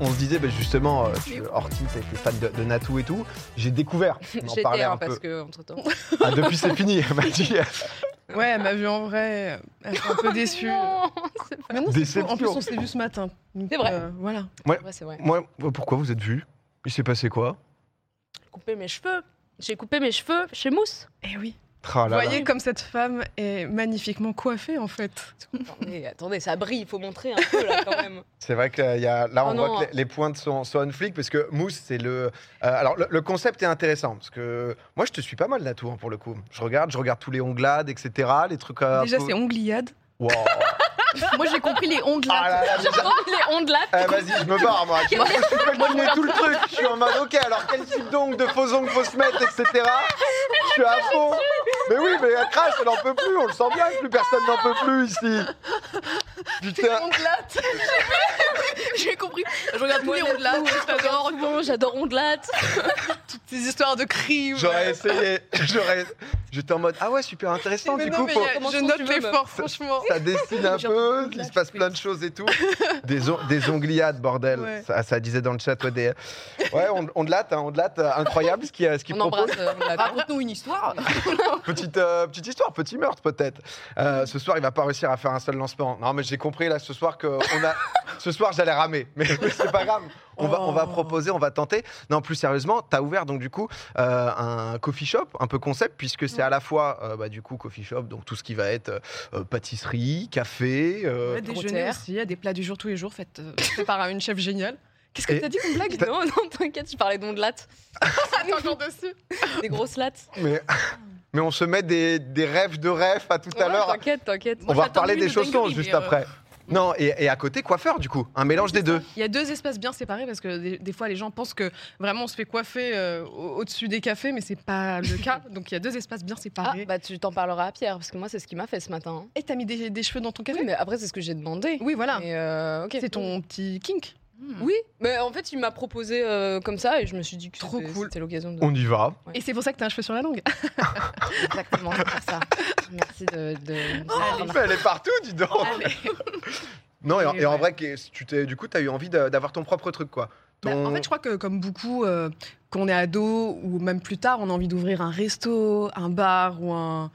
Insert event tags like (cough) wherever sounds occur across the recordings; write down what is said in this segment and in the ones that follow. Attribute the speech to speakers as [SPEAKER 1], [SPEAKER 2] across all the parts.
[SPEAKER 1] Euh, se disait, bah, justement, euh, tu- Horty, t'as été fan de, de Natou et tout. J'ai découvert. On en
[SPEAKER 2] J'étais
[SPEAKER 1] parlait un
[SPEAKER 2] hein,
[SPEAKER 1] peu.
[SPEAKER 2] parce que entre
[SPEAKER 1] (laughs)
[SPEAKER 2] temps.
[SPEAKER 1] Ah, depuis, c'est fini. elle m'a
[SPEAKER 2] (laughs)
[SPEAKER 1] dit.
[SPEAKER 3] Ouais, elle m'a vu en vrai. Elle était (laughs) un peu déçue.
[SPEAKER 2] non, c'est pas
[SPEAKER 3] Oh, Mais non, c'est faux. En plus,
[SPEAKER 1] Déception.
[SPEAKER 3] on s'est vu ce matin. Donc,
[SPEAKER 2] C'est vrai.
[SPEAKER 3] euh, voilà.
[SPEAKER 2] vrai, c'est vrai.
[SPEAKER 1] Moi, euh, pourquoi vous êtes vus Il s'est passé quoi
[SPEAKER 2] J'ai coupé mes cheveux. J'ai coupé mes cheveux chez Mousse.
[SPEAKER 3] Et Eh oui.
[SPEAKER 1] Tra
[SPEAKER 3] Vous
[SPEAKER 1] la la.
[SPEAKER 3] voyez comme cette femme est magnifiquement coiffée, en fait.
[SPEAKER 2] Attendez, attendez, ça brille, il faut montrer un peu là quand (laughs) même.
[SPEAKER 1] C'est vrai que là, il y a- là, on
[SPEAKER 2] Oh
[SPEAKER 1] voit
[SPEAKER 2] non.
[SPEAKER 1] que les, les pointes sont, sont on flic parce que Mousse, c'est le. euh, alors, le, le concept est intéressant parce que moi, je te suis pas mal, Natou, hein, pour le coup. Je regarde, je regarde tous les onglades, etc. Les trucs. euh, un
[SPEAKER 3] Déjà,
[SPEAKER 1] peu-
[SPEAKER 3] c'est ongliade.
[SPEAKER 2] (laughs)
[SPEAKER 1] Wow.
[SPEAKER 3] Moi, j'ai compris les onglades.
[SPEAKER 1] Ah là là,
[SPEAKER 2] J'ai entendu les ondes là. (laughs)
[SPEAKER 1] Eh, Vas-y, je me barre, moi. Moi, je suis pas donné tout le truc. Je suis en mode, ok, alors quel type donc de faux ongles faut se mettre, etc. Je suis à fond. Mais oui, mais elle crache, elle en peut plus. On le sent bien que plus personne n'en peut plus ici. Putain.
[SPEAKER 3] Onglade.
[SPEAKER 2] J'ai compris.
[SPEAKER 3] Je regarde tous les onglades.
[SPEAKER 2] J'adore bon, j'adore ondelate.
[SPEAKER 3] Toutes ces histoires de crimes.
[SPEAKER 1] J'aurais essayé. (laughs) J'aurais. J'étais en mode, ah ouais, super intéressant.
[SPEAKER 3] Mais
[SPEAKER 1] Du
[SPEAKER 3] non,
[SPEAKER 1] coup,
[SPEAKER 3] mais
[SPEAKER 1] faut-
[SPEAKER 3] y a-
[SPEAKER 2] Comment
[SPEAKER 3] je
[SPEAKER 2] tu
[SPEAKER 3] note
[SPEAKER 2] veux,
[SPEAKER 3] l'effort, franchement.
[SPEAKER 1] ça dessine un
[SPEAKER 2] J'ai
[SPEAKER 1] peu,
[SPEAKER 2] entendu
[SPEAKER 1] il
[SPEAKER 2] là,
[SPEAKER 1] se passe
[SPEAKER 2] tweet.
[SPEAKER 1] plein de choses et tout. Des, on- des ongliades, bordel.
[SPEAKER 3] Ouais.
[SPEAKER 1] Ça, ça disait dans le chat. Ouais, des- ouais on, on de latte, hein, on de latte, euh, incroyable ce qu'il ce qu'il
[SPEAKER 2] On
[SPEAKER 1] propose. Ah,
[SPEAKER 2] embrasse euh, ondelate.
[SPEAKER 3] Raconte-nous une histoire.
[SPEAKER 1] Petite, euh, petite histoire, petit meurtre peut-être. Euh, ce soir, il va pas réussir à faire un seul lancement. Non, mais j'ai compris là ce soir que on
[SPEAKER 3] (laughs)
[SPEAKER 1] a. ce soir, j'allais ramer, mais c'est pas grave. On va, on va
[SPEAKER 3] Oh.
[SPEAKER 1] proposer, on va tenter. Non, plus sérieusement, t'as ouvert donc du coup euh, un coffee shop, un peu concept, puisque c'est à la fois euh, bah, du coup coffee shop, donc tout ce qui va être euh, pâtisserie, café. euh,
[SPEAKER 3] Ouais, déjeuner
[SPEAKER 2] Grosser.
[SPEAKER 3] aussi, il y a des plats du jour tous les jours faites euh, faits par une chef géniale. Qu'est-ce que
[SPEAKER 1] Et-
[SPEAKER 3] t'as dit comme blague
[SPEAKER 2] Non, non, t'inquiète, je parlais d'ondelate.
[SPEAKER 3] T'es encore dessus
[SPEAKER 2] Des grosses lattes.
[SPEAKER 1] mais, (laughs) mais on se met des, des rêves de rêves à tout à
[SPEAKER 2] Ouais,
[SPEAKER 1] l'heure.
[SPEAKER 2] T'inquiète, t'inquiète.
[SPEAKER 1] On va
[SPEAKER 3] j'attends
[SPEAKER 1] reparler
[SPEAKER 3] une
[SPEAKER 1] des
[SPEAKER 3] de
[SPEAKER 1] chaussons
[SPEAKER 3] dinguerie,
[SPEAKER 1] juste
[SPEAKER 3] mais, euh,
[SPEAKER 1] après. Non, et, et à côté coiffeur du coup, un mélange des deux.
[SPEAKER 3] Il y a deux espaces bien séparés parce que des, des fois les gens pensent que vraiment on se fait coiffer euh, au- au-dessus des cafés, mais c'est pas le (laughs) cas. Donc il y a deux espaces bien
[SPEAKER 2] Ah,
[SPEAKER 3] séparés.
[SPEAKER 2] bah tu t'en parleras à Pierre, parce que moi, c'est ce qu'il m'a fait ce matin. hein.
[SPEAKER 3] Et t'as mis des, des cheveux dans ton
[SPEAKER 2] Oui,
[SPEAKER 3] café
[SPEAKER 2] mais après, c'est ce que j'ai demandé.
[SPEAKER 3] Oui, voilà.
[SPEAKER 2] Mais, euh, ok.
[SPEAKER 3] C'est ton petit kink.
[SPEAKER 2] Oui, mais en fait, il m'a proposé euh, comme ça et je me suis dit que
[SPEAKER 3] Trop
[SPEAKER 2] c'était
[SPEAKER 3] cool.
[SPEAKER 2] c'était l'occasion de.
[SPEAKER 1] On y va.
[SPEAKER 3] Et c'est pour ça que t'as un cheveu sur la langue.
[SPEAKER 2] Exactement, c'est pour ça. (laughs) Oh, Merci de. de- de-
[SPEAKER 1] Mais elle est partout, dis donc.
[SPEAKER 3] Ah,
[SPEAKER 1] (laughs) Non, et en, et en vrai, que- si tu t'es, du coup, tu as eu envie d'a- d'avoir ton propre truc, quoi.
[SPEAKER 3] Bah,
[SPEAKER 1] Ton-
[SPEAKER 3] en fait, je crois que comme beaucoup, euh, qu'on est ado ou même plus tard, on a envie d'ouvrir un resto, un bar ou un,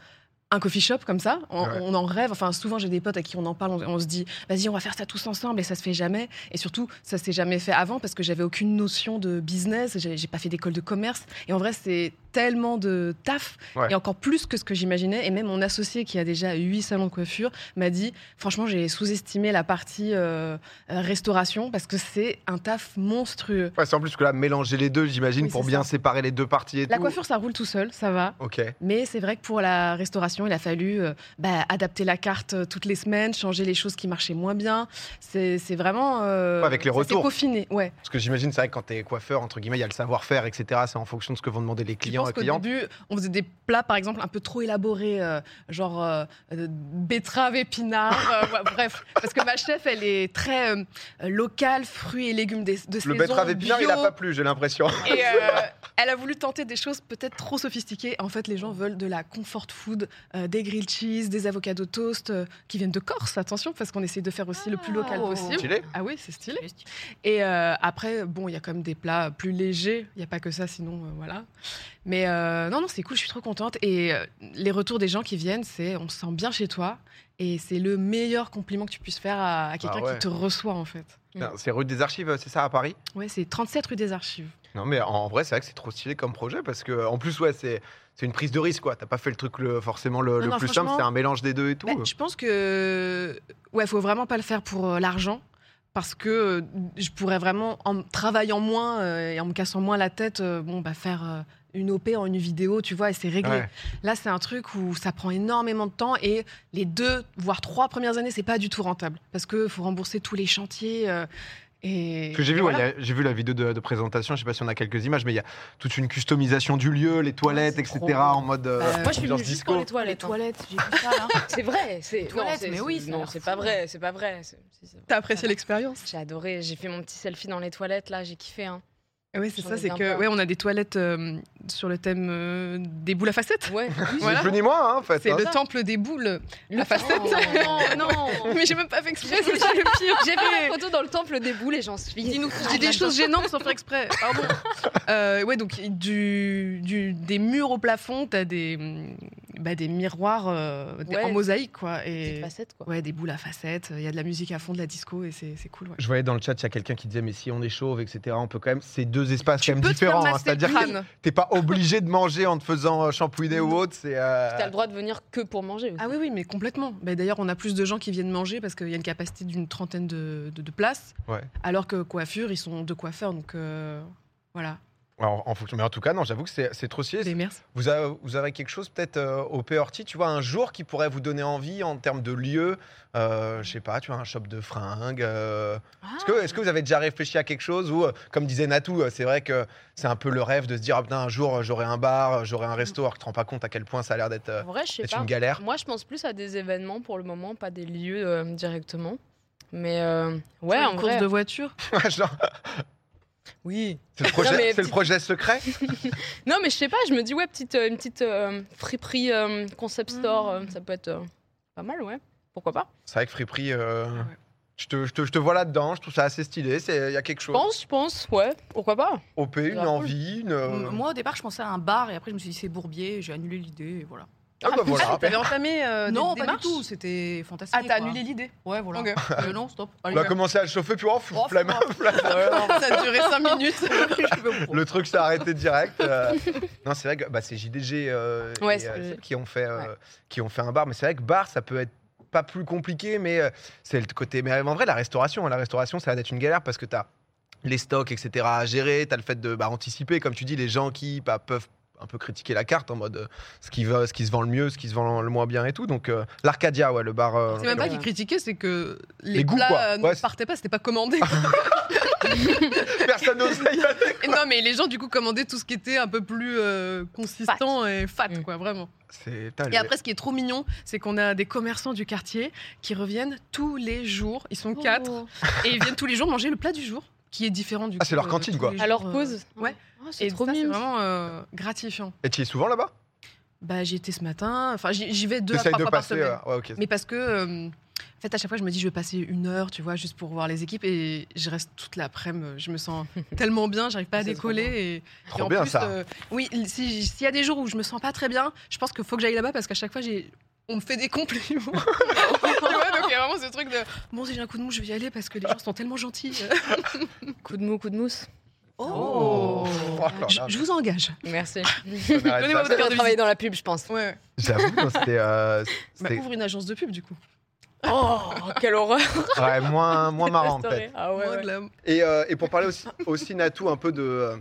[SPEAKER 3] un coffee shop comme ça. On,
[SPEAKER 1] Ouais.
[SPEAKER 3] on en rêve. Enfin, souvent, j'ai des potes à qui on en parle. On, on se dit, vas-y, on va faire ça tous ensemble et ça se fait jamais. Et surtout, ça s'est jamais fait avant parce que j'avais aucune notion de business. J'ai j'ai pas fait d'école de commerce. Et en vrai, c'est tellement de taf
[SPEAKER 1] Ouais.
[SPEAKER 3] et encore plus que ce que j'imaginais. Et même mon associé qui a déjà huit salons de coiffure m'a dit, franchement, j'ai sous-estimé la partie. euh, euh, restauration parce que c'est un taf monstrueux.
[SPEAKER 1] Ouais, c'est en plus que là, mélanger les deux, j'imagine,
[SPEAKER 3] Oui,
[SPEAKER 1] pour
[SPEAKER 3] c'est
[SPEAKER 1] bien
[SPEAKER 3] ça.
[SPEAKER 1] séparer les deux parties et
[SPEAKER 3] La
[SPEAKER 1] tout.
[SPEAKER 3] coiffure, ça roule tout seul, ça va.
[SPEAKER 1] Ok.
[SPEAKER 3] Mais c'est vrai que pour la restauration, il a fallu euh, bah, adapter la carte euh, toutes les semaines, changer les choses qui marchaient moins bien. C'est c'est vraiment. euh,
[SPEAKER 1] Ouais, avec les
[SPEAKER 3] ça s'est
[SPEAKER 1] retours.
[SPEAKER 3] peaufiné, ouais.
[SPEAKER 1] Parce que j'imagine, c'est vrai que quand t'es coiffeur, entre guillemets, il y a le savoir-faire, etc. C'est en fonction de ce que vont demander les
[SPEAKER 3] Je
[SPEAKER 1] clients
[SPEAKER 3] pense
[SPEAKER 1] et
[SPEAKER 3] qu'au
[SPEAKER 1] clientes.
[SPEAKER 3] début, on faisait des plats, par exemple, un peu trop élaborés, euh, genre euh, euh, betterave, épinards,
[SPEAKER 1] (laughs)
[SPEAKER 3] euh, ouais, bref. Parce que ma chef, elle est très euh, locale, fruits et légumes des- de saison.
[SPEAKER 1] Le betterave épinard, il a
[SPEAKER 3] bio.
[SPEAKER 1] pas plu, j'ai l'impression.
[SPEAKER 3] (laughs) Et euh, elle a voulu tenter des choses peut-être trop sophistiquées. En fait, les gens veulent de la comfort food, euh, des grilled cheese, des avocats toast euh, qui viennent de Corse, attention, parce qu'on essaie de faire aussi le plus local
[SPEAKER 2] Oh.
[SPEAKER 3] possible.
[SPEAKER 1] (laughs) Stylé.
[SPEAKER 3] Ah oui, c'est stylé. Et euh, après, bon, il y a quand même des plats plus légers. Il n'y a pas que ça, sinon, euh, voilà. Mais euh, non, non, c'est cool, je suis trop contente. Et euh, les retours des gens qui viennent, c'est on se sent bien chez toi. Et c'est le meilleur compliment que tu puisses faire à, à quelqu'un
[SPEAKER 1] Ah ouais.
[SPEAKER 3] qui te reçoit, en fait.
[SPEAKER 1] Putain, C'est rue des Archives, c'est ça, à Paris
[SPEAKER 3] Ouais, c'est 37 rue des Archives.
[SPEAKER 1] Non, mais en vrai, c'est vrai que c'est trop stylé comme projet parce que, en plus, ouais, c'est. C'est une prise de risque, quoi. T'as pas fait le truc le- forcément le,
[SPEAKER 3] Non,
[SPEAKER 1] le
[SPEAKER 3] non,
[SPEAKER 1] plus simple,
[SPEAKER 3] franchement-
[SPEAKER 1] c'est un mélange des deux et tout.
[SPEAKER 3] Bah, je pense que ouais, faut vraiment pas le faire pour euh, l'argent. Parce que euh, je pourrais vraiment, en me travaillant moins euh, et en me cassant moins la tête, euh, bon, bah, faire euh, une OP en une vidéo, tu vois, et c'est réglé.
[SPEAKER 1] Ouais.
[SPEAKER 3] Là, c'est un truc où ça prend énormément de temps et les deux, voire trois premières années, c'est pas du tout rentable. Parce qu'il faut rembourser tous les chantiers. euh, et
[SPEAKER 1] Parce que j'ai
[SPEAKER 3] et
[SPEAKER 1] vu,
[SPEAKER 3] voilà.
[SPEAKER 1] ouais, il y a- j'ai vu la vidéo de, de présentation, je sais pas si on a quelques images, mais il y a toute une customisation du lieu, les toilettes,
[SPEAKER 2] c'est
[SPEAKER 1] etc.
[SPEAKER 2] trop beau.
[SPEAKER 1] En mode euh,
[SPEAKER 3] Bah,
[SPEAKER 2] Moi, je suis venue
[SPEAKER 1] ambiance
[SPEAKER 2] juste pour les
[SPEAKER 1] disco.
[SPEAKER 2] toilettes. hein.
[SPEAKER 4] les toilettes, j'ai vu
[SPEAKER 3] (laughs)
[SPEAKER 4] ça là.
[SPEAKER 2] C'est vrai, c'est.
[SPEAKER 4] toilettes,
[SPEAKER 2] non, c'est-
[SPEAKER 4] mais
[SPEAKER 2] c'est-
[SPEAKER 4] oui, ça a
[SPEAKER 2] Non,
[SPEAKER 4] l'air
[SPEAKER 2] c'est
[SPEAKER 4] fou.
[SPEAKER 2] pas vrai, c'est pas vrai. c'est- si, c'est vrai.
[SPEAKER 3] T'as apprécié l'expérience
[SPEAKER 2] J'ai adoré, j'ai fait mon petit selfie dans les toilettes là, j'ai kiffé. Hein.
[SPEAKER 3] Oui, c'est
[SPEAKER 5] J'en
[SPEAKER 3] ça,
[SPEAKER 5] ai
[SPEAKER 3] c'est
[SPEAKER 5] bien
[SPEAKER 3] que
[SPEAKER 5] peur.
[SPEAKER 3] ouais, on a des toilettes euh, sur le thème euh, des boules à facettes.
[SPEAKER 2] (laughs) Ouais.
[SPEAKER 3] Voilà.
[SPEAKER 6] Je ni moi, hein, en fait.
[SPEAKER 3] C'est
[SPEAKER 6] hein.
[SPEAKER 3] le temple des boules à facettes.
[SPEAKER 2] Ah, Non, (laughs) non,
[SPEAKER 3] (laughs) Mais j'ai même pas fait exprès, c'est ça le pire.
[SPEAKER 2] J'ai vu la photo dans le temple des boules et j'en suis. Ah,
[SPEAKER 3] Dis-nous, je dis des choses gênantes sans faire exprès. Pardon. Euh, ouais, donc du, du- des murs au plafond, t'as des, hum, bah, des miroirs euh, des-
[SPEAKER 2] Ouais.
[SPEAKER 3] en mosaïque, quoi. Et,
[SPEAKER 2] Petite facette, quoi.
[SPEAKER 3] ouais, des boules à facettes. Il y a de la musique à fond, de la disco, et c'est c'est cool. Ouais.
[SPEAKER 1] Je voyais dans le chat, il y a quelqu'un qui disait, mais si on est chauve, etc., on peut quand même. C'est deux espaces quand même
[SPEAKER 3] peux te faire
[SPEAKER 1] différents. hein.
[SPEAKER 3] masser le
[SPEAKER 1] C'est-à-dire que
[SPEAKER 3] crâne.
[SPEAKER 1] t'es pas obligé de manger en te faisant euh, shampouiner ou autre. C'est. euh,
[SPEAKER 2] T'as le droit de venir que pour manger. aussi.
[SPEAKER 3] Ah oui, oui, mais complètement. Bah, D'ailleurs, on a plus de gens qui viennent manger parce qu'il y a une capacité d'une trentaine de, de- de places.
[SPEAKER 1] Ouais.
[SPEAKER 3] Alors que coiffure, ils sont deux coiffeurs, donc euh, voilà.
[SPEAKER 1] Alors, euh, en fonction- Mais en tout cas, non, j'avoue que c'est c'est trop stylé.
[SPEAKER 3] Mais merci.
[SPEAKER 1] Vous, avez, vous aurez quelque chose peut-être euh, au Peorti, tu vois, un jour qui pourrait vous donner envie en termes de lieu, euh, je sais pas, tu vois, un shop de fringues. euh,
[SPEAKER 2] Ah.
[SPEAKER 1] Est-ce que, est-ce que vous avez déjà réfléchi à quelque chose ou, euh, comme disait Natou, euh, c'est vrai que c'est un peu le rêve de se dire, ah, putain, un jour euh, j'aurai un bar, euh, j'aurai un resto, alors que tu te rends pas compte à quel point ça a l'air d'être euh,
[SPEAKER 2] En vrai, Mm. je sais
[SPEAKER 1] d'être
[SPEAKER 2] pas.
[SPEAKER 1] une galère.
[SPEAKER 2] Moi, je pense plus à des événements pour le moment, pas des lieux euh, directement. Mais euh, ouais,
[SPEAKER 3] Une
[SPEAKER 2] en
[SPEAKER 3] course
[SPEAKER 2] vrai.
[SPEAKER 3] de voiture.
[SPEAKER 1] (laughs) Genre,
[SPEAKER 2] Oui.
[SPEAKER 1] c'est le projet,
[SPEAKER 2] Mm. mais
[SPEAKER 1] c'est le
[SPEAKER 2] petite-
[SPEAKER 1] projet secret
[SPEAKER 2] Non, mais je sais pas. Je me dis ouais, petite, euh, une petite euh, friperie euh, concept store,
[SPEAKER 3] Mm.
[SPEAKER 2] euh, ça peut être euh, pas mal, ouais. Pourquoi pas
[SPEAKER 1] C'est vrai que Friperie, euh,
[SPEAKER 3] Ouais.
[SPEAKER 1] je, te, je te- je te vois là-dedans, je trouve ça assez stylé, c'est- il y a quelque
[SPEAKER 2] Je
[SPEAKER 1] chose.
[SPEAKER 2] pense, je pense, ouais. Pourquoi pas
[SPEAKER 1] OP, une
[SPEAKER 2] Grave.
[SPEAKER 1] envie, une... euh,
[SPEAKER 7] Moi, au départ, je pensais à un bar et après, je me suis dit c'est Bourbier, et j'ai annulé l'idée et voilà.
[SPEAKER 1] Ah, bah voilà.
[SPEAKER 3] T'avais entamé euh, des
[SPEAKER 7] non, pas
[SPEAKER 3] démarches
[SPEAKER 7] du tout, c'était fantastique.
[SPEAKER 3] Ah, t'as
[SPEAKER 7] quoi.
[SPEAKER 3] annulé l'idée.
[SPEAKER 7] Ouais, voilà.
[SPEAKER 3] Ok.
[SPEAKER 7] (laughs) Euh, non, stop.
[SPEAKER 1] On a commencé à le chauffer, puis oh, fou-
[SPEAKER 7] Oh,
[SPEAKER 1] flamme, flamme.
[SPEAKER 3] Ça a duré
[SPEAKER 7] (laughs)
[SPEAKER 3] 5 minutes. (laughs)
[SPEAKER 1] Le truc s'est arrêté direct. euh. Non, c'est vrai que bah, c'est JDG euh,
[SPEAKER 2] Ouais,
[SPEAKER 1] et,
[SPEAKER 2] c'est
[SPEAKER 1] euh,
[SPEAKER 2] JDG.
[SPEAKER 1] qui, ont fait, euh, qui ont fait un bar. Mais c'est vrai que bar, ça peut être pas plus compliqué, mais euh, c'est le côté. Mais en vrai, la restauration, hein, la restauration, ça va être une galère parce que t'as les stocks, etc. à gérer. T'as le fait de bah, anticiper, comme tu dis, les gens qui bah, peuvent un peu critiquer la carte en mode euh, ce qui va ce qui se vend le mieux ce qui se vend le moins bien et tout donc euh, l'Arcadia ouais le bar euh,
[SPEAKER 3] C'est même pas
[SPEAKER 2] Ouais.
[SPEAKER 3] qu'ils critiquaient, c'est que les,
[SPEAKER 1] Les goûts,
[SPEAKER 3] plats
[SPEAKER 1] quoi.
[SPEAKER 3] euh, ne
[SPEAKER 1] Ouais, c'est-
[SPEAKER 3] partaient pas, c'était pas
[SPEAKER 1] (laughs)
[SPEAKER 3] commandé.
[SPEAKER 1] (laughs) personne n'osait y aller.
[SPEAKER 3] (laughs) Et non, mais les gens, du coup, commandaient tout ce qui était un peu plus euh, consistant et fat,
[SPEAKER 2] Mm.
[SPEAKER 3] quoi, vraiment.
[SPEAKER 1] c'est putain,
[SPEAKER 3] Et
[SPEAKER 1] les-
[SPEAKER 3] après, ce qui est trop mignon, c'est qu'on a des commerçants du quartier qui reviennent tous les jours. Ils sont quatre
[SPEAKER 7] Oh.
[SPEAKER 3] et ils viennent tous les jours manger le plat du jour, qui est différent du
[SPEAKER 1] Ah, c'est
[SPEAKER 3] coup,
[SPEAKER 1] leur
[SPEAKER 3] euh,
[SPEAKER 1] cantine,
[SPEAKER 3] tous
[SPEAKER 1] quoi.
[SPEAKER 3] les jours,
[SPEAKER 2] Alors
[SPEAKER 3] euh,
[SPEAKER 2] pause.
[SPEAKER 3] ouais.
[SPEAKER 2] Ah, c'est
[SPEAKER 3] Et
[SPEAKER 2] trop
[SPEAKER 3] ça, c'est
[SPEAKER 2] mignon.
[SPEAKER 3] vraiment euh, gratifiant.
[SPEAKER 1] et tu y es souvent là-bas
[SPEAKER 3] Bah, j'y étais ce matin. Enfin, j'y j'y vais deux à
[SPEAKER 1] T'essayes
[SPEAKER 3] trois
[SPEAKER 1] de
[SPEAKER 3] fois par
[SPEAKER 1] passer
[SPEAKER 3] semaine.
[SPEAKER 1] euh, ouais, ok.
[SPEAKER 3] Mais parce que, euh, en fait, à chaque fois, je me dis, je vais passer une heure, tu vois, juste pour voir les équipes, et je reste toute l'après-midi. Je
[SPEAKER 1] (laughs)
[SPEAKER 3] me sens tellement bien, j'arrive pas à
[SPEAKER 2] C'est trop
[SPEAKER 3] décoller. Et, et
[SPEAKER 1] Trop
[SPEAKER 3] en
[SPEAKER 1] bien
[SPEAKER 3] plus,
[SPEAKER 1] ça.
[SPEAKER 3] euh, oui, si- s'il y a des jours où je me sens pas très bien, je pense qu'il faut que j'aille là-bas parce qu'à chaque fois, j'ai. On me fait des compliments. (laughs) Tu vois, donc il y a vraiment ce truc de bon, si j'ai un coup de mou, je vais y aller parce que les gens sont tellement gentils.
[SPEAKER 2] Coup de mou, coup de mousse.
[SPEAKER 1] (laughs) Oh. Oh,
[SPEAKER 3] je, je vous engage. (laughs)
[SPEAKER 2] Merci.
[SPEAKER 1] on arrête
[SPEAKER 3] Donnez-moi
[SPEAKER 1] ça.
[SPEAKER 3] votre-
[SPEAKER 2] On travailler dans la pub, je pense.
[SPEAKER 3] Ouais.
[SPEAKER 1] J'avoue, non, c'était.
[SPEAKER 3] (laughs)
[SPEAKER 1] euh,
[SPEAKER 3] Bah,
[SPEAKER 1] c'était-
[SPEAKER 3] ouvre une agence de pub du coup.
[SPEAKER 2] Oh, quelle horreur.
[SPEAKER 1] ouais, moins, (laughs)
[SPEAKER 3] (laughs)
[SPEAKER 1] moins marrant peut-être.
[SPEAKER 2] Ah ouais,
[SPEAKER 3] Moi,
[SPEAKER 2] ouais.
[SPEAKER 3] de la- (laughs)
[SPEAKER 1] Et, euh, et pour parler aussi, aussi Natou, un peu de. euh,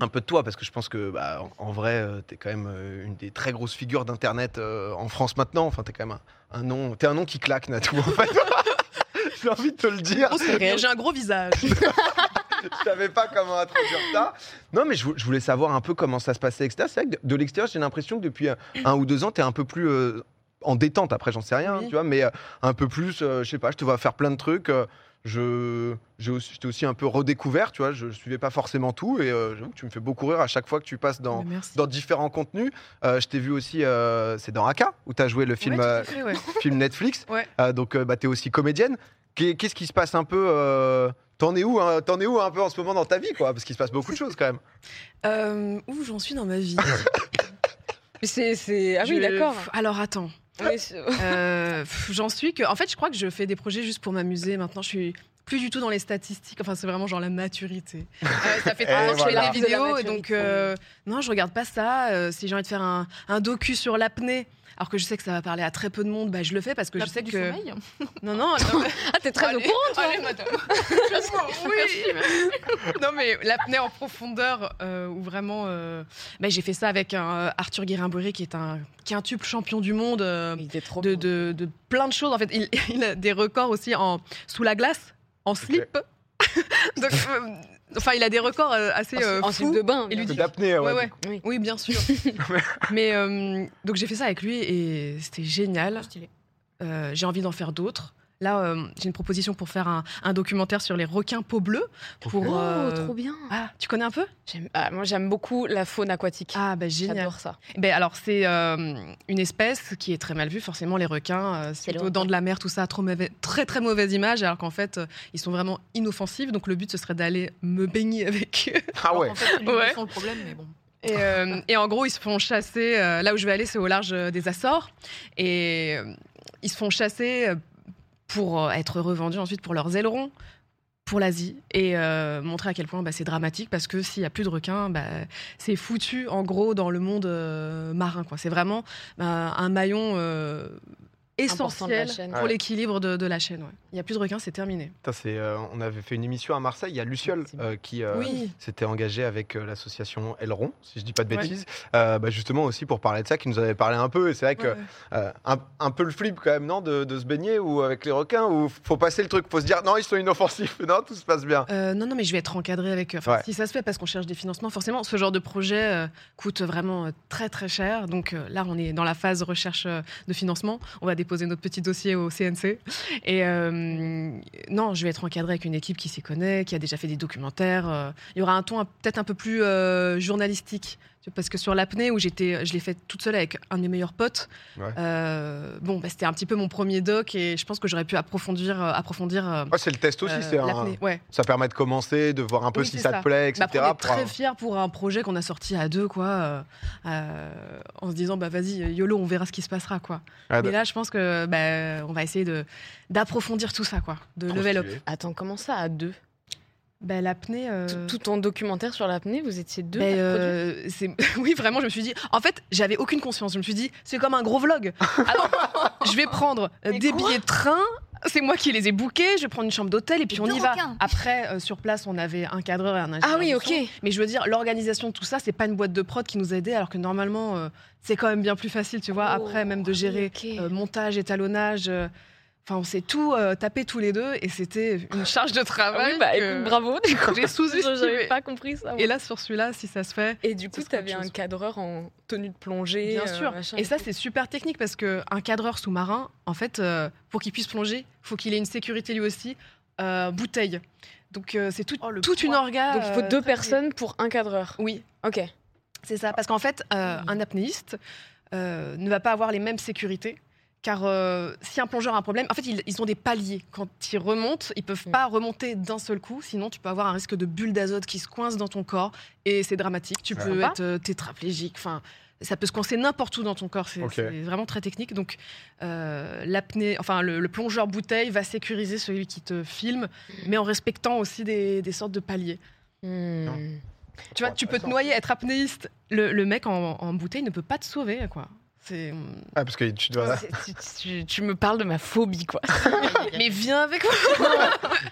[SPEAKER 1] Un peu de toi, parce que je pense que, bah, en, en vrai, euh, t'es quand même euh, une des très grosses figures d'Internet euh, en France maintenant. Enfin, t'es quand même un, un nom, t'es un nom qui claque, Natou, en fait. (laughs) J'ai envie de te le dire.
[SPEAKER 3] Oh, c'est vrai, J'ai un gros visage.
[SPEAKER 1] je savais pas comment introduire ça. Non, mais je, vou- je voulais savoir un peu comment ça se passait, etc. C'est vrai que de- de l'extérieur, j'ai l'impression que depuis un, un ou deux ans, tu es un peu plus euh, en détente. Après, j'en sais rien,
[SPEAKER 3] Oui.
[SPEAKER 1] tu vois, mais euh, un peu plus, euh, je sais pas, je te vois faire plein de trucs. euh, je j'ai aussi, je t'ai aussi un peu redécouvert, tu vois, je, je suivais pas forcément tout et euh, j'avoue que tu me fais beaucoup rire à chaque fois que tu passes dans,
[SPEAKER 3] Mais Merci.
[SPEAKER 1] dans différents contenus. Euh, je t'ai vu aussi, euh, c'est dans Aka, où tu as joué le film,
[SPEAKER 3] Ouais, tout à
[SPEAKER 1] euh,
[SPEAKER 3] fait, ouais.
[SPEAKER 1] film Netflix.
[SPEAKER 3] (laughs) Ouais.
[SPEAKER 1] Euh, donc, euh, bah, tu es aussi comédienne. Qu'est- Qu'est-ce qui se passe un peu euh, T'en es où hein, T'en es où un peu en ce moment dans ta vie, quoi Parce qu'il se passe beaucoup de choses
[SPEAKER 3] (laughs)
[SPEAKER 1] quand même.
[SPEAKER 3] Euh, où j'en suis dans ma vie
[SPEAKER 2] Mais c'est- c'est. Ah
[SPEAKER 3] Je-
[SPEAKER 2] oui, d'accord.
[SPEAKER 3] Pff, Alors attends,
[SPEAKER 2] On est
[SPEAKER 3] (laughs)
[SPEAKER 2] sur-
[SPEAKER 3] Euh, pff, j'en suis que. En fait, je crois que je fais des projets juste pour m'amuser. Maintenant, je suis plus du tout dans les statistiques. Enfin, c'est vraiment genre la maturité. Euh, ça fait trois
[SPEAKER 1] Et
[SPEAKER 3] ans que je fais
[SPEAKER 2] voilà.
[SPEAKER 3] des
[SPEAKER 2] De la
[SPEAKER 3] vidéos, et
[SPEAKER 2] maturité.
[SPEAKER 3] donc euh, non, je regarde pas ça. Euh, si j'ai envie de faire un, un docu sur l'apnée. Alors que je sais que ça va parler à très peu de monde, bah je le fais parce que je sais
[SPEAKER 7] du
[SPEAKER 3] que
[SPEAKER 7] sommeil.
[SPEAKER 3] non non. non, mais-
[SPEAKER 2] Ah, t'es très au
[SPEAKER 3] Allez,
[SPEAKER 2] courant, toi
[SPEAKER 3] allez, (laughs) madame. Oui. (laughs) non mais l'apnée en profondeur euh, où vraiment. euh, bah, j'ai fait ça avec un, euh, Arthur Guérin-Bourré qui est un quintuple champion du monde. euh,
[SPEAKER 2] Il était trop
[SPEAKER 3] de, de- de plein de choses. En fait, il, (laughs) il a des records aussi en sous la glace, en slip. (laughs) Donc, euh, enfin, il a des records euh, assez euh,
[SPEAKER 2] En
[SPEAKER 3] fous.
[SPEAKER 2] slip de bain.
[SPEAKER 3] Et lui
[SPEAKER 1] Que
[SPEAKER 3] dit-
[SPEAKER 1] d'apnée, ouais.
[SPEAKER 3] Ouais, ouais.
[SPEAKER 2] Oui.
[SPEAKER 3] Oui,
[SPEAKER 2] (laughs)
[SPEAKER 3] bien sûr. Mais euh, donc j'ai fait ça avec lui et c'était génial.
[SPEAKER 7] Stylé.
[SPEAKER 3] Euh, j'ai envie d'en faire d'autres. Là, euh, j'ai une proposition pour faire un, un documentaire sur les requins peau bleue. Pour,
[SPEAKER 2] Oh,
[SPEAKER 3] euh,
[SPEAKER 2] trop bien.
[SPEAKER 3] Ah, tu connais un peu
[SPEAKER 2] J'aime- ah, moi, j'aime beaucoup la faune aquatique.
[SPEAKER 3] Ah, bah génial.
[SPEAKER 2] J'adore ça.
[SPEAKER 3] Ben alors c'est euh, une espèce qui est très mal vue forcément les requins euh,
[SPEAKER 2] le
[SPEAKER 3] c'est plutôt
[SPEAKER 2] requin.
[SPEAKER 3] dents de la mer tout ça trop mauvais, très très mauvaise image alors qu'en fait euh, ils sont vraiment inoffensifs donc le but ce serait d'aller me baigner avec eux (laughs)
[SPEAKER 1] Ah ouais.
[SPEAKER 7] En fait, les
[SPEAKER 3] Ouais.
[SPEAKER 7] sont le problème, mais bon.
[SPEAKER 3] et, euh, et en gros ils se font chasser euh, là où je vais aller c'est au large euh, des Açores et euh, ils se font chasser euh, pour euh, être revendus ensuite pour leurs ailerons pour l'Asie et euh, montrer à quel point bah, c'est dramatique parce que s'il n'y a plus de requins, bah, c'est foutu en gros dans le monde euh, marin. quoi. C'est vraiment bah, un maillon euh,
[SPEAKER 2] Important de la
[SPEAKER 3] essentiel
[SPEAKER 2] chaîne.
[SPEAKER 3] pour
[SPEAKER 1] Ouais.
[SPEAKER 3] l'équilibre de, de la chaîne. ouais. Il n'y a plus de requins, c'est terminé.
[SPEAKER 1] Putain, c'est, euh, on avait fait une émission à Marseille, il y a Luciole euh, qui euh,
[SPEAKER 3] Oui.
[SPEAKER 1] s'était engagée avec euh, l'association Aileron, si je dis pas de
[SPEAKER 3] Ouais.
[SPEAKER 1] bêtises, Euh, bah, justement aussi pour parler de ça, qui nous avait parlé un peu. Et c'est vrai que euh, un, un peu le flip quand même, non, de, de se baigner ou avec les requins, où faut passer le truc, faut se dire non, ils sont inoffensifs, (laughs) non, tout se passe bien.
[SPEAKER 3] Euh, non, non, mais je vais être encadré avec. euh, Enfin,
[SPEAKER 1] Ouais.
[SPEAKER 3] si ça se fait, parce qu'on cherche des financements, forcément, ce genre de projet euh, coûte vraiment euh, très très cher. Donc euh, là, on est dans la phase recherche euh, de financement. On va déposer notre petit dossier au CNC. Et euh, non, je vais être encadré avec une équipe qui s'y connaît, qui a déjà fait des documentaires. euh. Il y aura un ton euh, peut-être un peu plus euh, journalistique. Parce que sur l'apnée, où j'étais, je l'ai fait toute seule avec un de mes meilleurs potes.
[SPEAKER 1] Ouais.
[SPEAKER 3] euh, bon, bah, c'était un petit peu mon premier doc et je pense que j'aurais pu approfondir, euh, approfondir. euh,
[SPEAKER 1] Ouais, Ah, c'est le test aussi,
[SPEAKER 3] euh,
[SPEAKER 1] c'est un-
[SPEAKER 3] l'apnée. Ouais.
[SPEAKER 1] ça permet de commencer, de voir un peu
[SPEAKER 3] Oui,
[SPEAKER 1] si
[SPEAKER 3] c'est
[SPEAKER 1] ça,
[SPEAKER 3] ça.
[SPEAKER 1] te plaît, etc.
[SPEAKER 3] Bah, après, on est
[SPEAKER 1] pour un-
[SPEAKER 3] très fiers pour un projet qu'on a sorti à deux, quoi, euh, euh, en se disant, bah vas-y, YOLO, on verra ce qui se passera, quoi.
[SPEAKER 1] Ah,
[SPEAKER 3] Mais là, je pense que bah, on va essayer de d'approfondir tout ça, quoi, de
[SPEAKER 1] trop
[SPEAKER 3] level up.
[SPEAKER 1] stylé.
[SPEAKER 2] Attends, comment ça à deux
[SPEAKER 3] Bah, l'apnée. euh,
[SPEAKER 2] Tout- Tout ton documentaire sur l'apnée, vous étiez deux.
[SPEAKER 3] bah,
[SPEAKER 2] à le produire
[SPEAKER 3] euh, c'est- (laughs) oui, vraiment, je me suis dit. En fait, j'avais aucune conscience. Je me suis dit, c'est comme un
[SPEAKER 1] (laughs)
[SPEAKER 3] gros vlog. Alors, je vais prendre euh,
[SPEAKER 7] Mais
[SPEAKER 3] des
[SPEAKER 7] quoi
[SPEAKER 3] billets de train. C'est moi qui les ai bookés. Je vais prendre une chambre d'hôtel et puis
[SPEAKER 7] Et
[SPEAKER 3] on
[SPEAKER 7] deux
[SPEAKER 3] y va.
[SPEAKER 7] requins.
[SPEAKER 3] Après, euh, sur place, on avait un cadreur et un ingénieur.
[SPEAKER 2] Ah oui,
[SPEAKER 3] du
[SPEAKER 2] ok.
[SPEAKER 3] son. Mais je veux dire, l'organisation de tout ça, c'est pas une boîte de prod qui nous aidait, alors que normalement, euh, c'est quand même bien plus facile, tu vois, après, même de gérer
[SPEAKER 2] Oh, Ok.
[SPEAKER 3] euh, montage, étalonnage. euh, Enfin, on s'est tout euh, tapé tous les deux et c'était une charge de
[SPEAKER 2] Ah
[SPEAKER 3] travail.
[SPEAKER 2] oui, bah
[SPEAKER 3] que
[SPEAKER 2] écoute, bravo. du coup. (laughs)
[SPEAKER 3] J'ai
[SPEAKER 2] J'avais
[SPEAKER 3] sous-estimé.
[SPEAKER 2] pas compris ça. moi.
[SPEAKER 3] Et là, sur celui-là, si ça se fait,
[SPEAKER 2] Et du coup,
[SPEAKER 3] ce sera
[SPEAKER 2] t'avais
[SPEAKER 3] autre
[SPEAKER 2] un
[SPEAKER 3] chose.
[SPEAKER 2] cadreur en tenue de plongée.
[SPEAKER 3] bien
[SPEAKER 2] euh,
[SPEAKER 3] sûr.
[SPEAKER 2] machin
[SPEAKER 3] Et ça,
[SPEAKER 2] tout.
[SPEAKER 3] c'est super technique parce que un cadreur sous-marin, en fait, euh, pour qu'il puisse plonger, faut qu'il ait une sécurité lui aussi, euh, bouteille. Donc euh, c'est tout,
[SPEAKER 7] Oh, le
[SPEAKER 3] toute une
[SPEAKER 7] poids.
[SPEAKER 3] orga.
[SPEAKER 2] Donc il faut
[SPEAKER 3] euh,
[SPEAKER 2] deux
[SPEAKER 3] très-
[SPEAKER 2] personnes pour un cadreur.
[SPEAKER 3] Oui,
[SPEAKER 2] Ok.
[SPEAKER 3] C'est ça, parce qu'en fait, euh,
[SPEAKER 1] Mm.
[SPEAKER 3] un apnéiste euh, ne va pas avoir les mêmes sécurités. Car euh, si un plongeur a un problème, en fait, ils, ils ont des paliers. Quand ils remontent, ils peuvent
[SPEAKER 2] Mm.
[SPEAKER 3] pas remonter d'un seul coup, sinon tu peux avoir un risque de bulle d'azote qui se coince dans ton corps et c'est dramatique. Tu
[SPEAKER 1] Ouais.
[SPEAKER 3] peux
[SPEAKER 2] Sympa.
[SPEAKER 3] être euh, tétraplégique. Enfin, ça peut se coincer n'importe où dans ton corps. C'est
[SPEAKER 1] Ok.
[SPEAKER 3] c'est vraiment très technique. Donc, euh, l'apnée, enfin, le, le plongeur bouteille va sécuriser celui qui te filme,
[SPEAKER 1] Mm.
[SPEAKER 3] mais en respectant aussi des- des sortes de paliers.
[SPEAKER 2] Hmm.
[SPEAKER 3] Tu vois,
[SPEAKER 1] Ouais,
[SPEAKER 3] tu peux te
[SPEAKER 1] intéressant.
[SPEAKER 3] noyer, être apnéiste. Le, le mec en, en bouteille ne peut pas te sauver, quoi. C'est... hum,
[SPEAKER 1] Ah, parce que tu
[SPEAKER 3] (laughs)
[SPEAKER 1] dois.
[SPEAKER 2] C'est- tu, tu- tu me parles de ma phobie, quoi.
[SPEAKER 3] Ah, Mais viens avec moi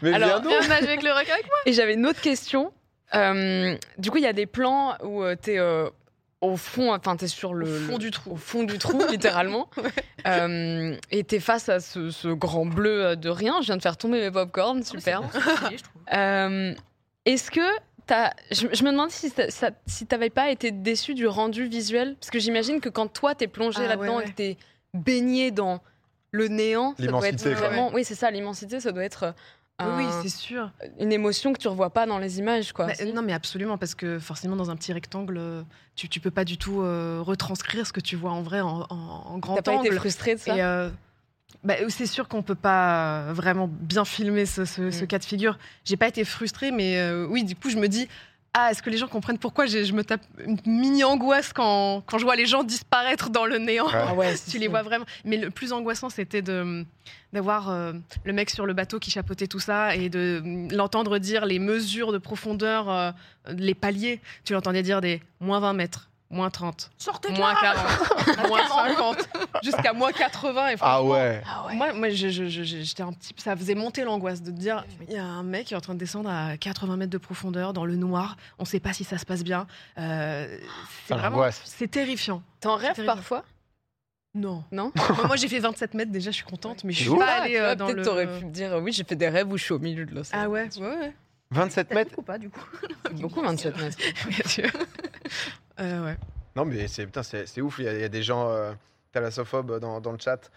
[SPEAKER 1] Mais viens
[SPEAKER 2] Alors,
[SPEAKER 1] donc.
[SPEAKER 3] Viens nager avec le requin avec moi
[SPEAKER 2] Et j'avais une autre question. Euh, du coup, il y a des plans où euh, t'es euh, au fond, enfin, t'es sur le.
[SPEAKER 3] Au fond
[SPEAKER 2] le-
[SPEAKER 3] du trou.
[SPEAKER 2] Au fond du trou,
[SPEAKER 3] (laughs)
[SPEAKER 2] littéralement. Euh, et t'es face à ce, ce grand bleu euh, de rien. Je viens de faire tomber mes popcorns, super.
[SPEAKER 7] C'est bon, c'est stylé, je trouve.
[SPEAKER 2] Euh, Est-ce que t'as. Je, je me demande si, t'as- ça- si t'avais pas été déçu du rendu visuel. Parce que j'imagine que quand toi, t'es plongé
[SPEAKER 3] Ah,
[SPEAKER 2] là-dedans
[SPEAKER 3] ouais,
[SPEAKER 2] et que t'es baigné dans le néant, ça doit être
[SPEAKER 1] L'immensité,
[SPEAKER 3] quoi.
[SPEAKER 2] vraiment. Oui, c'est ça, l'immensité, ça doit être. euh,
[SPEAKER 3] Ah Oui, c'est sûr.
[SPEAKER 2] une émotion que tu revois pas dans les images, quoi.
[SPEAKER 3] Bah, non, mais absolument, parce que forcément, dans un petit rectangle, euh, tu, tu peux pas du tout euh, retranscrire ce que tu vois en vrai en, en- en grand
[SPEAKER 2] T'as pas été
[SPEAKER 3] angle.
[SPEAKER 2] frustré de ça
[SPEAKER 3] Et, euh, bah, c'est sûr qu'on peut pas euh, vraiment bien filmer ce, ce- ce
[SPEAKER 2] Mm.
[SPEAKER 3] cas de figure. J'ai pas été frustrée, mais euh, oui, du coup, je me dis. Ah, est-ce que les gens comprennent pourquoi j'ai- je me tape une mini angoisse quand, quand je vois les gens disparaître dans le néant
[SPEAKER 1] Ouais.
[SPEAKER 3] (laughs)
[SPEAKER 2] Ah ouais, (laughs)
[SPEAKER 3] Tu les vois vraiment. Mais le plus angoissant, c'était de d'avoir euh, le mec sur le bateau qui chapeautait tout ça et de mm, l'entendre dire les mesures de profondeur, euh, les paliers. Tu l'entendais dire des moins 20 mètres, moins 30,
[SPEAKER 7] Sortez de
[SPEAKER 3] moins
[SPEAKER 7] là
[SPEAKER 3] 40, moins 50, jusqu'à moins 80. Et
[SPEAKER 1] Ah ouais.
[SPEAKER 2] Ah ouais.
[SPEAKER 3] Moi, moi je- je- je- j'étais un petit, ça faisait monter l'angoisse de te dire, il y a un mec qui est en train de descendre à 80 mètres de profondeur dans le noir. On ne sait pas si ça se passe bien. Euh, c'est
[SPEAKER 1] Putain,
[SPEAKER 3] vraiment,
[SPEAKER 1] l'angoisse.
[SPEAKER 3] c'est terrifiant.
[SPEAKER 2] T'en
[SPEAKER 3] c'est
[SPEAKER 2] rêves
[SPEAKER 3] terrible.
[SPEAKER 2] parfois
[SPEAKER 3] Non.
[SPEAKER 1] (laughs)
[SPEAKER 2] Non
[SPEAKER 3] Moi, moi, j'ai fait 27 mètres déjà. Je suis contente, mais je suis
[SPEAKER 1] Ouf.
[SPEAKER 3] pas allée
[SPEAKER 2] tu
[SPEAKER 3] euh,
[SPEAKER 2] vois,
[SPEAKER 3] dans
[SPEAKER 2] Peut-être
[SPEAKER 3] le.
[SPEAKER 2] t'aurais pu me dire, euh, oui, j'ai fait des rêves où je suis au milieu de l'océan.
[SPEAKER 3] Ah ouais, ouais, ouais.
[SPEAKER 1] 27
[SPEAKER 7] T'as
[SPEAKER 1] mètres.
[SPEAKER 7] vu ou pas, du coup
[SPEAKER 2] C'est beaucoup 27 mètres.
[SPEAKER 3] (laughs) Bien sûr. (laughs) Euh, ouais.
[SPEAKER 1] Non, mais c'est putain, c'est c'est ouf. Il y, a- il y a des gens euh, thalassophobes dans, dans le chat.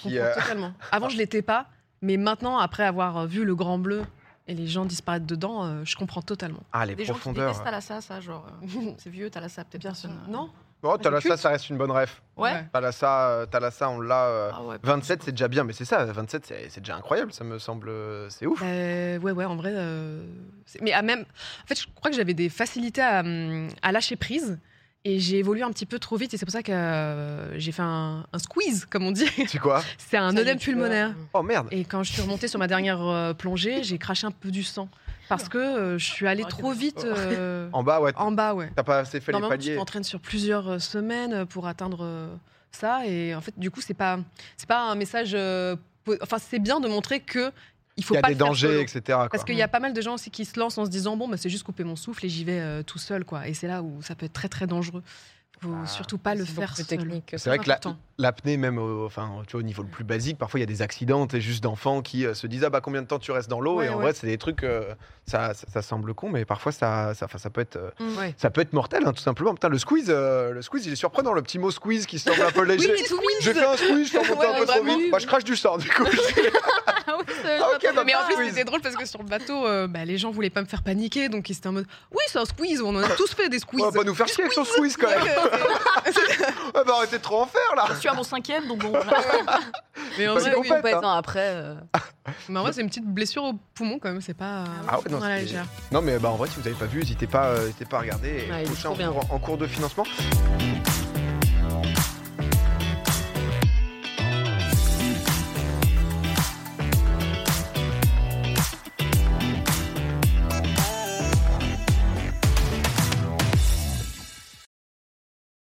[SPEAKER 1] Qui,
[SPEAKER 3] comprends
[SPEAKER 1] euh,
[SPEAKER 3] totalement. Avant, je l'étais pas. Mais maintenant, après avoir euh, vu le grand bleu et les gens disparaître dedans, euh, je comprends totalement.
[SPEAKER 1] Ah, les
[SPEAKER 7] Des gens qui
[SPEAKER 1] profondeurs.
[SPEAKER 7] détestent Thalassa, ça, genre. euh, c'est vieux, Thalassa, peut-être personne. euh,
[SPEAKER 3] Non
[SPEAKER 1] Oh, Thalassa,
[SPEAKER 3] culte.
[SPEAKER 1] ça reste une bonne ref.
[SPEAKER 7] Ouais.
[SPEAKER 3] Ouais.
[SPEAKER 1] Thalassa, euh, Thalassa, on l'a. euh,
[SPEAKER 7] Ah ouais.
[SPEAKER 1] 27, c'est déjà bien, mais c'est ça, 27, c'est c'est déjà incroyable, ça me semble. euh, C'est
[SPEAKER 3] (laughs)
[SPEAKER 1] ouf.
[SPEAKER 3] Euh, ouais, ouais, en vrai. euh, c'est- mais à même. En fait, je crois que j'avais des facilités à, hum, à lâcher prise. Et j'ai évolué un petit peu trop vite. Et c'est pour ça que euh, j'ai fait un, un squeeze, comme on dit. (laughs)
[SPEAKER 1] C'est quoi
[SPEAKER 3] C'est un
[SPEAKER 2] Ça y est,
[SPEAKER 3] œdème
[SPEAKER 2] tu peux- euh,
[SPEAKER 3] pulmonaire.
[SPEAKER 1] Oh merde
[SPEAKER 3] Et quand je suis remontée sur ma dernière euh, plongée, j'ai craché un peu du sang. Parce que euh, je suis allée
[SPEAKER 7] Arrêtez
[SPEAKER 3] trop
[SPEAKER 7] de-
[SPEAKER 1] (laughs)
[SPEAKER 3] vite euh,
[SPEAKER 1] En bas, ouais.
[SPEAKER 3] en bas, ouais.
[SPEAKER 1] T'as pas assez fait les
[SPEAKER 3] Normalement, tu
[SPEAKER 1] paliers.
[SPEAKER 3] t'entraînes sur plusieurs euh, semaines pour atteindre euh, ça. Et en fait, du coup, c'est pas, c'est pas un message. euh, po- enfin, c'est bien de montrer que il faut
[SPEAKER 1] Il y a
[SPEAKER 3] pas
[SPEAKER 1] des
[SPEAKER 3] le faire solo.
[SPEAKER 1] dangers, etc. quoi.
[SPEAKER 3] Parce qu'il y a pas mal de gens aussi qui se lancent en se disant bon, bah, c'est juste couper mon souffle et j'y vais euh, tout seul, quoi. Et c'est là où ça peut être très très dangereux. Faut
[SPEAKER 1] Ah.
[SPEAKER 3] surtout pas le
[SPEAKER 2] Bah, C'est
[SPEAKER 3] faire
[SPEAKER 2] beaucoup plus
[SPEAKER 3] seul.
[SPEAKER 2] technique. que
[SPEAKER 1] C'est
[SPEAKER 2] ça.
[SPEAKER 1] vrai que la-
[SPEAKER 3] important.
[SPEAKER 1] l'apnée, même au, enfin, tu vois, au niveau le plus basique, parfois il y a des accidents, t'es juste d'enfants qui euh, se disent ah bah combien de temps tu restes dans l'eau
[SPEAKER 3] Ouais,
[SPEAKER 1] et en
[SPEAKER 3] ouais.
[SPEAKER 1] vrai c'est des trucs, euh, ça, ça, ça semble con, mais parfois ça, ça, enfin, ça peut être, euh,
[SPEAKER 3] Mm.
[SPEAKER 7] Ouais.
[SPEAKER 1] ça peut être mortel, hein, tout simplement. Putain, le squeeze, euh, le squeeze, il est surprenant, le petit mot squeeze qui semble un peu léger. (laughs) J'ai fait un squeeze, je suis remonté
[SPEAKER 3] (laughs) Ouais,
[SPEAKER 1] un peu trop
[SPEAKER 3] vraiment.
[SPEAKER 1] vite. Bah, je crache du sang, du
[SPEAKER 3] (laughs)
[SPEAKER 1] coup.
[SPEAKER 2] Ah oui, c'est-
[SPEAKER 1] Ah, ok, bah,
[SPEAKER 3] mais en
[SPEAKER 1] pas
[SPEAKER 3] plus
[SPEAKER 1] squeeze.
[SPEAKER 3] c'était drôle parce que sur le bateau, euh, bah, les gens voulaient pas me faire paniquer, donc ils étaient en mode oui c'est un squeeze, on en a tous fait des
[SPEAKER 1] (laughs)
[SPEAKER 3] squeezes. euh,
[SPEAKER 1] On va pas nous faire chier avec
[SPEAKER 3] (laughs)
[SPEAKER 1] son squeeze quand même. Ah bah arrêtez de trop en faire là.
[SPEAKER 7] Je suis à mon cinquième, donc bon.
[SPEAKER 2] Ah
[SPEAKER 3] mais en
[SPEAKER 1] Pas
[SPEAKER 3] vrai,
[SPEAKER 1] du
[SPEAKER 3] oui.
[SPEAKER 1] compète, hein.
[SPEAKER 2] ans après. euh,
[SPEAKER 3] Mais en vrai, c'est une petite blessure au poumon quand même, c'est pas
[SPEAKER 1] Ah ouais, non,
[SPEAKER 3] à la
[SPEAKER 1] c'était-
[SPEAKER 3] légère.
[SPEAKER 1] Non mais bah en vrai si vous avez pas vu, n'hésitez pas, euh, n'hésitez pas à regarder. Et
[SPEAKER 2] Ouais, il est
[SPEAKER 1] prochain
[SPEAKER 2] trop bien.
[SPEAKER 1] en cours- en cours de financement.